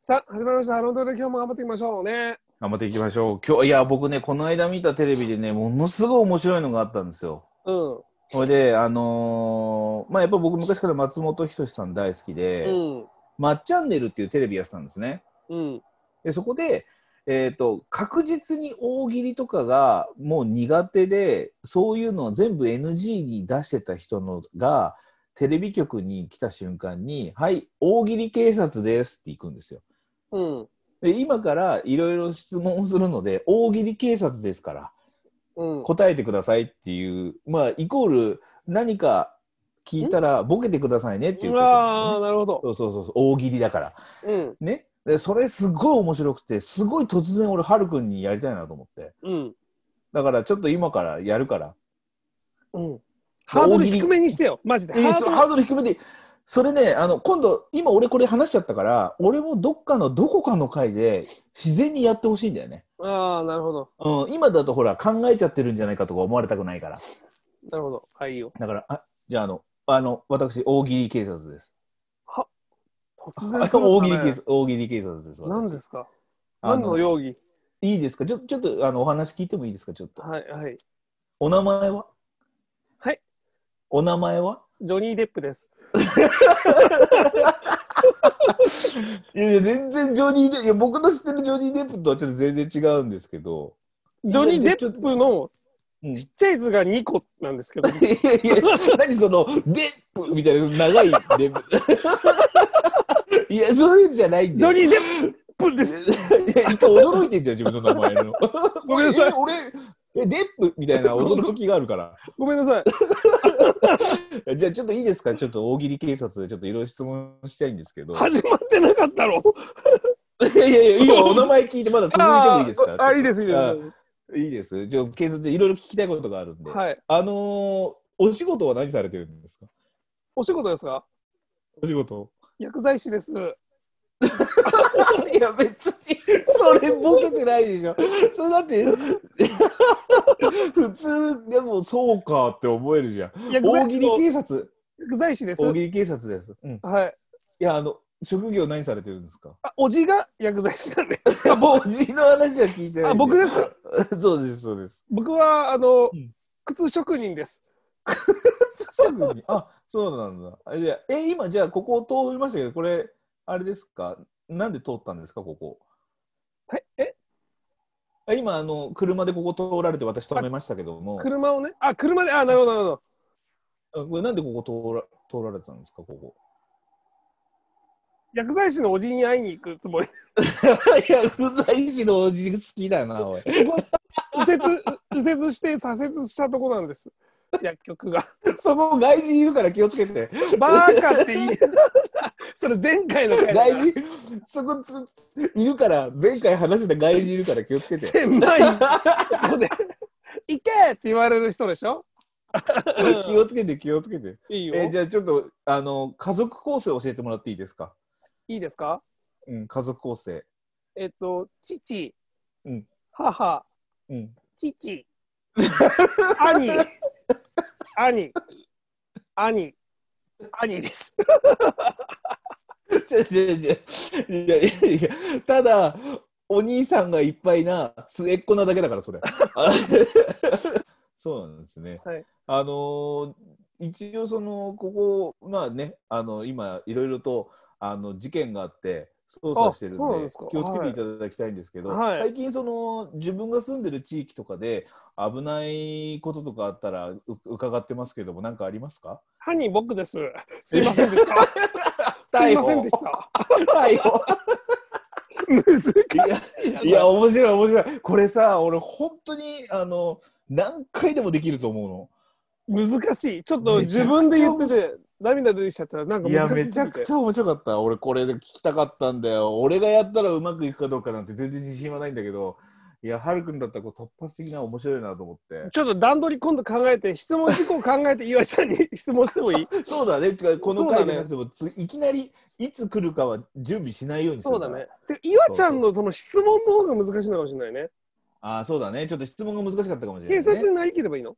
さあ、始まりました。ロンドンで今日も頑張っていきましょうね。頑張っていきましょう。今日、いや、僕ね、この間見たテレビでね、ものすごい面白いのがあったんですよ。うん。それで、あのーまあ、やっぱ僕、昔から松本人志さん大好きで、うん。まっチャンネルっていうテレビやってたんですね。うん。で、そこで、えっ、と、確実に大喜利とかがもう苦手で、そういうのを全部 NG に出してた人のが、テレビ局に来た瞬間に、はい、大喜利警察ですって行くんですよ。うん。で、今からいろいろ質問するので、大喜利警察ですから、うん。 答えてくださいっていう、まあ、イコール何か聞いたらボケてくださいねっていうことああ、なんですね、なるほど。そうそうそうそう大喜利だからうん。ねでそれすごい面白くてすごい突然俺はるくんにやりたいなと思ってうん。だからちょっと今からやるからうん。ハードル低めにしてよ。マジで。えーハそうーハードル低めでそれねあの今度今俺これ話しちゃったから俺もどっかのどこかの回で自然にやってほしいんだよね、ドル。ああ、なるほど。うん、今だとほら考えちゃってるんじゃないかとか思われたくないからなるほど。はい、いいよ。だからあじゃああのあの私大喜利警察です突あ然。 大喜利警察、大喜利警察です。私何ですかあ何の容疑いいですかちょちょっとあのお話聞いてもいいですかちょっと。はい、はい。お名前ははい。お名前はジョニー・デップです。いやいや、全然ジョニーデいや、僕の知ってるジョニー・デップとはちょっと全然違うんですけど。ジョニー・デップのうん、いちっちゃい図が2個なんですけど、やいや、何その、デップみたいな、長いデッ プ。いや、そういうんじゃないんジだョよ。ニー・デップです。 いや、一回驚いてんじゃん、自分の名前の。ごめんなさいえ俺、え、デップみたいな驚きがあるから。ごめんなさい。 じゃあちょっといいですかちょっと大喜利警察でちょっといろいろ質問したいんですけど。始まってなかったろ。いやいやいや、今 お名前聞いてまだ続いてもいいですかあーあ、いいです、いいであいいです。じゃあ警察でいろいろ聞きたいことがあるんす。で。はい。あのーお仕事は何されてるんですかお仕事ですかお仕事薬剤師です。いや別にそれボケてないでしょ それだって普通でもそうかって思えるじゃん薬剤大喜利警察薬剤師です。大は喜い。利警察です、うん、いやあの職業何されてるんですかあ、おじが薬剤師なんで。いやもう、じの話は聞いてない。あ、僕ですか。す。 そうです、そうです。僕は、あのうん、靴職人です。すぐに。あ、そうなんだ。あじゃあえ、今、じゃあ、ここを通りましたけど、これ、あれですかなんで通ったんですか、ここ。はい。え、あ今、あの、車でここ通られて、私止めましたけども、あ車をね。あ、車で、あ、なるほど、なるほど。これなんでここ通ら通られたんですか、ここ。薬剤師のおじに会いに行くつもり。 いや、不在師のおじ好きだな、おい。右折、右折して左折したとこなんです。薬局が。そこ、外人いるから気をつけて。バーカって言いそれ前回の回だ外人、そこつ、いるから、前回話してた外人いるから気をつけて。狭いとこで「行け!」って言われる人でしょ 気をつけて、気をつけて。いいよ、えーじゃあちょっとあの家族構成教えてもらっていいですか、いいですかうん、家族構成、えっと父、うん母うん、父兄兄兄兄ですいやいやいやいやいやただお兄さんがいっぱいな末っ子なだけだからそれあそうなんですねはいあのー一応そのここまあねあの今いろいろとあの事件があって捜査してるんであそうなんですか気をつけていただきたいんですけど、はい最近その自分が住んでる地域とかで危ないこととかあったらう伺ってますけども何かありますか兄僕ですすいませんでしたすいませんでした 逮捕難しいないや面白い面白いこれさ俺本当にあの何回でもできると思うの。難しいちょっと自分で言ってて涙出てきちゃったらなんかいや、難しいめちゃくちゃ面白かった。俺、これで聞きたかったんだよ。俺がやったらうまくいくかどうかなんて全然自信はないんだけど、いや、はるくんだったらこう突発的な面白いなと思って。ちょっと段取り今度考えて質問事項考えて岩井ちゃんに 質問してもいいそうだね。てかこのそうだね回じゃなくても、ついきなりいつ来るかは準備しないようにすそうるだから。ね。で岩ちゃんのその質問の方が難しいのかもしれないね。ああ、そうだね。ちょっと質問が難しかったかもしれない、警ね。察になりきればいいの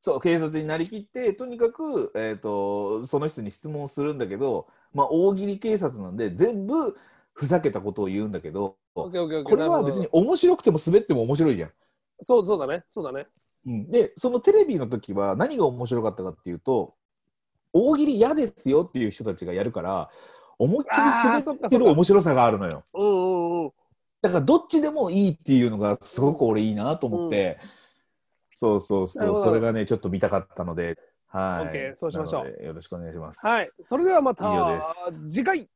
そう、警察になりきって、とにかく、えっ、と、その人に質問をするんだけど、まあ、大喜利警察なんで、全部、ふざけたことを言うんだけどオッケーオッケーオッケーこれは別に面白くても滑っても面白いじゃん。そうそうだねそうだねうん、でそのテレビの時は何が面白かったかっていうと大喜利嫌ですよっていう人たちがやるから思いっきり滑あーそっかそってっるか面白さがあるのよ。うんうんうんだからどっちでもいいっていうのがすごく俺いいなと思って、そうそうなそるうほどそれがねちょっと見たかったのではい OK そうしましょうなのでよろしろしくお願いします。はいそれではまた以上です次回